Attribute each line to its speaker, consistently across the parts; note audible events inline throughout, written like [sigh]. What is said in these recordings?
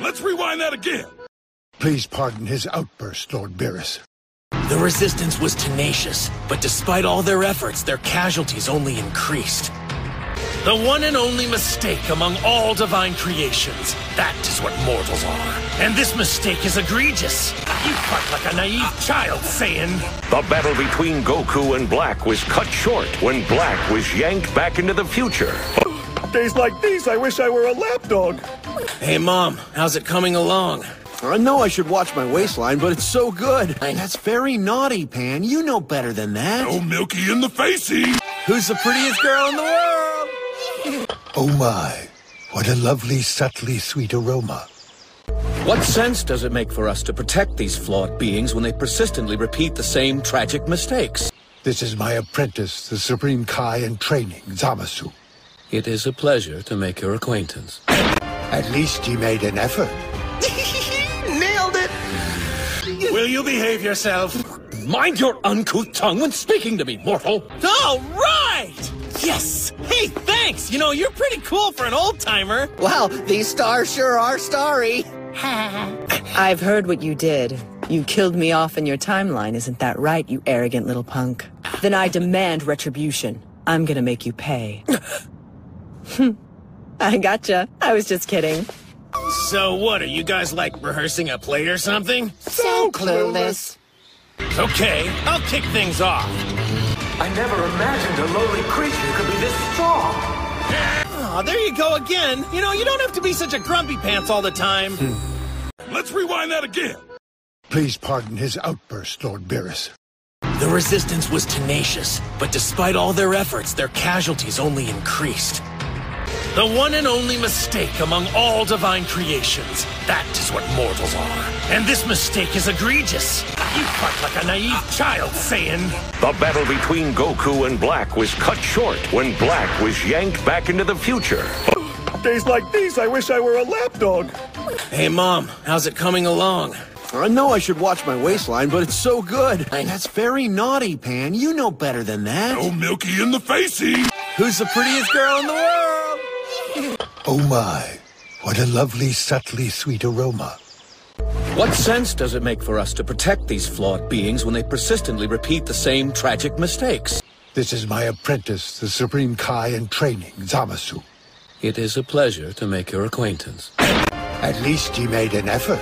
Speaker 1: Let's rewind that again.
Speaker 2: Please pardon his outburst, Lord Beerus.
Speaker 3: The resistance was tenacious, but despite all their efforts, their casualties only increased. The one and only mistake among all divine creations. That is what mortals are. And this mistake is egregious. You fight like a naive child, Saiyan.
Speaker 4: The battle between Goku and Black was cut short when Black was yanked back into the future.
Speaker 5: Days like these, I wish I were a lap dog.
Speaker 3: Hey, Mom, how's it coming along?
Speaker 6: I know I should watch my waistline, but it's so good.
Speaker 7: That's very naughty, Pan. You know better than that.
Speaker 1: Oh, Milky in the facey.
Speaker 6: Who's the prettiest girl in the world?
Speaker 2: Oh my, what a lovely, subtly sweet aroma.
Speaker 8: What sense does it make for us to protect these flawed beings when they persistently repeat the same tragic mistakes?
Speaker 2: This is my apprentice, the Supreme Kai in training, Zamasu.
Speaker 8: It is a pleasure to make your acquaintance.
Speaker 2: At least he made an effort.
Speaker 6: Nailed it!
Speaker 3: Will you behave yourself?
Speaker 8: Mind your uncouth tongue when speaking to me, mortal!
Speaker 3: All right! Yes! Hey, thanks! You know, you're pretty cool for an old timer.
Speaker 7: Wow, these stars sure are starry.
Speaker 9: I've heard what you did. You killed me off in your timeline, isn't that right, you arrogant little punk? Then I demand retribution. I'm gonna make you pay. [laughs] Hmm. I gotcha. I was just kidding.
Speaker 3: So, what, are you guys like rehearsing a play or something?
Speaker 7: So clueless.
Speaker 3: Okay, I'll kick things off.
Speaker 10: I never imagined a lowly creature could be this strong.
Speaker 3: Aw, there you go again. You know, you don't have to be such a grumpy pants all the time.
Speaker 1: Hmm. Let's rewind that again.
Speaker 2: Please pardon his outburst, Lord Beerus.
Speaker 3: The resistance was tenacious, but despite all their efforts, their casualties only increased. The one and only mistake among all divine creations. That is what mortals are. And this mistake is egregious. You fight like a naive child, Saiyan.
Speaker 4: The battle between Goku and Black was cut short when Black was yanked back into the future.
Speaker 5: Days like these, I wish I were a lap dog.
Speaker 3: Hey, Mom, how's it coming along?
Speaker 6: I know I should watch my waistline, but it's so good.
Speaker 7: That's very naughty, Pan. You know better than that.
Speaker 1: Oh, Milky in the facey.
Speaker 6: Who's the prettiest girl in the world?
Speaker 2: Oh my, what a lovely, subtly sweet aroma.
Speaker 8: What sense does it make for us to protect these flawed beings when they persistently repeat the same tragic mistakes?
Speaker 2: This is my apprentice, the Supreme Kai in training, Zamasu.
Speaker 8: It is a pleasure to make your acquaintance.
Speaker 2: At least he made an effort.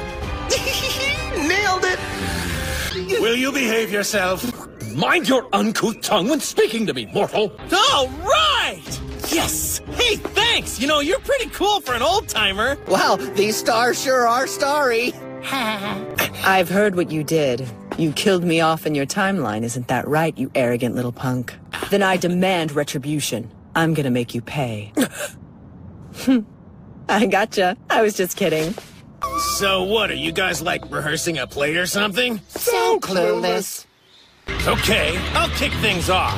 Speaker 6: Nailed it!
Speaker 3: Will you behave yourself?
Speaker 8: Mind your uncouth tongue when speaking to me, mortal!
Speaker 3: All right! Yes! Hey, thanks! You know, you're pretty cool for an old timer.
Speaker 7: Wow, these stars sure are starry.
Speaker 9: I've heard what you did. You killed me off in your timeline, isn't that right, you arrogant little punk? Then I demand retribution. I'm gonna make you pay. [laughs] Hmm. I gotcha. I was just kidding.
Speaker 3: So, what, are you guys like rehearsing a play or something?
Speaker 7: So clueless.
Speaker 3: Okay, I'll kick things off.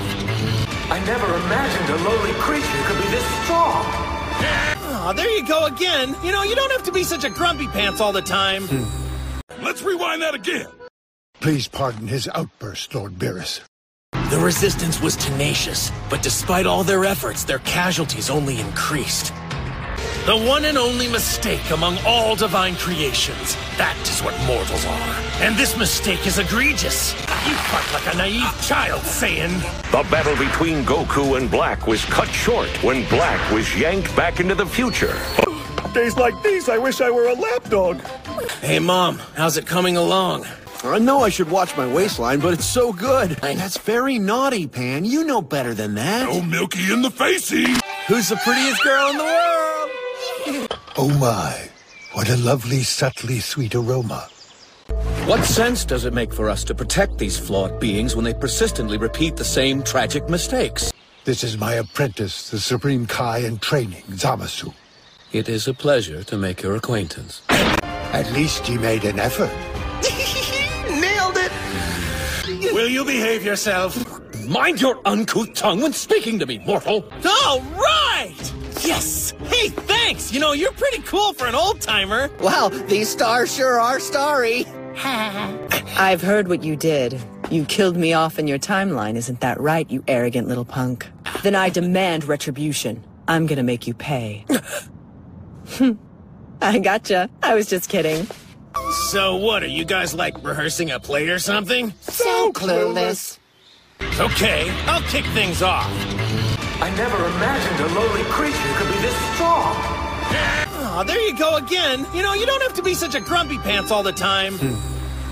Speaker 10: I never imagined a lowly creature could be this strong.
Speaker 3: Aw, there you go again. You know, you don't have to be such a grumpy pants all the time.
Speaker 1: Hmm. Let's rewind that again.
Speaker 2: Please pardon his outburst, Lord Beerus.
Speaker 3: The resistance was tenacious, but despite all their efforts, their casualties only increased. The one and only mistake among all divine creations. That is what mortals are. And this mistake is egregious. You fight like a naive child, Saiyan.
Speaker 4: The battle between Goku and Black was cut short when Black was yanked back into the future.
Speaker 5: Days like these, I wish I were a lap dog.
Speaker 3: Hey, Mom, how's it coming along?
Speaker 6: I know I should watch my waistline, but it's so good.
Speaker 7: That's very naughty, Pan. You know better than that.
Speaker 1: Oh, Milky in the facey.
Speaker 6: Who's the prettiest girl in the world?
Speaker 2: Oh my, what a lovely, subtly sweet aroma.
Speaker 8: What sense does it make for us to protect these flawed beings when they persistently repeat the same tragic mistakes?
Speaker 2: This is my apprentice, the Supreme Kai in training, Zamasu.
Speaker 8: It is a pleasure to make your acquaintance.
Speaker 2: At least he made an effort.
Speaker 6: Nailed it!
Speaker 3: Will you behave yourself?
Speaker 8: Mind your uncouth tongue when speaking to me, mortal!
Speaker 3: All right! Yes! Hey, thanks! You know, you're pretty cool for an old timer.
Speaker 7: Wow, these stars sure are starry.
Speaker 9: I've heard what you did. You killed me off in your timeline, isn't that right, you arrogant little punk? Then I demand retribution. I'm gonna make you pay. Hmm. [laughs] I gotcha. I was just kidding.
Speaker 3: So what, are you guys like rehearsing a play or something?
Speaker 7: So clueless.
Speaker 3: Okay, I'll kick things off.
Speaker 10: I never imagined a lowly creature could be this strong.
Speaker 3: Aw, there you go again. You know, you don't have to be such a grumpy pants all the time.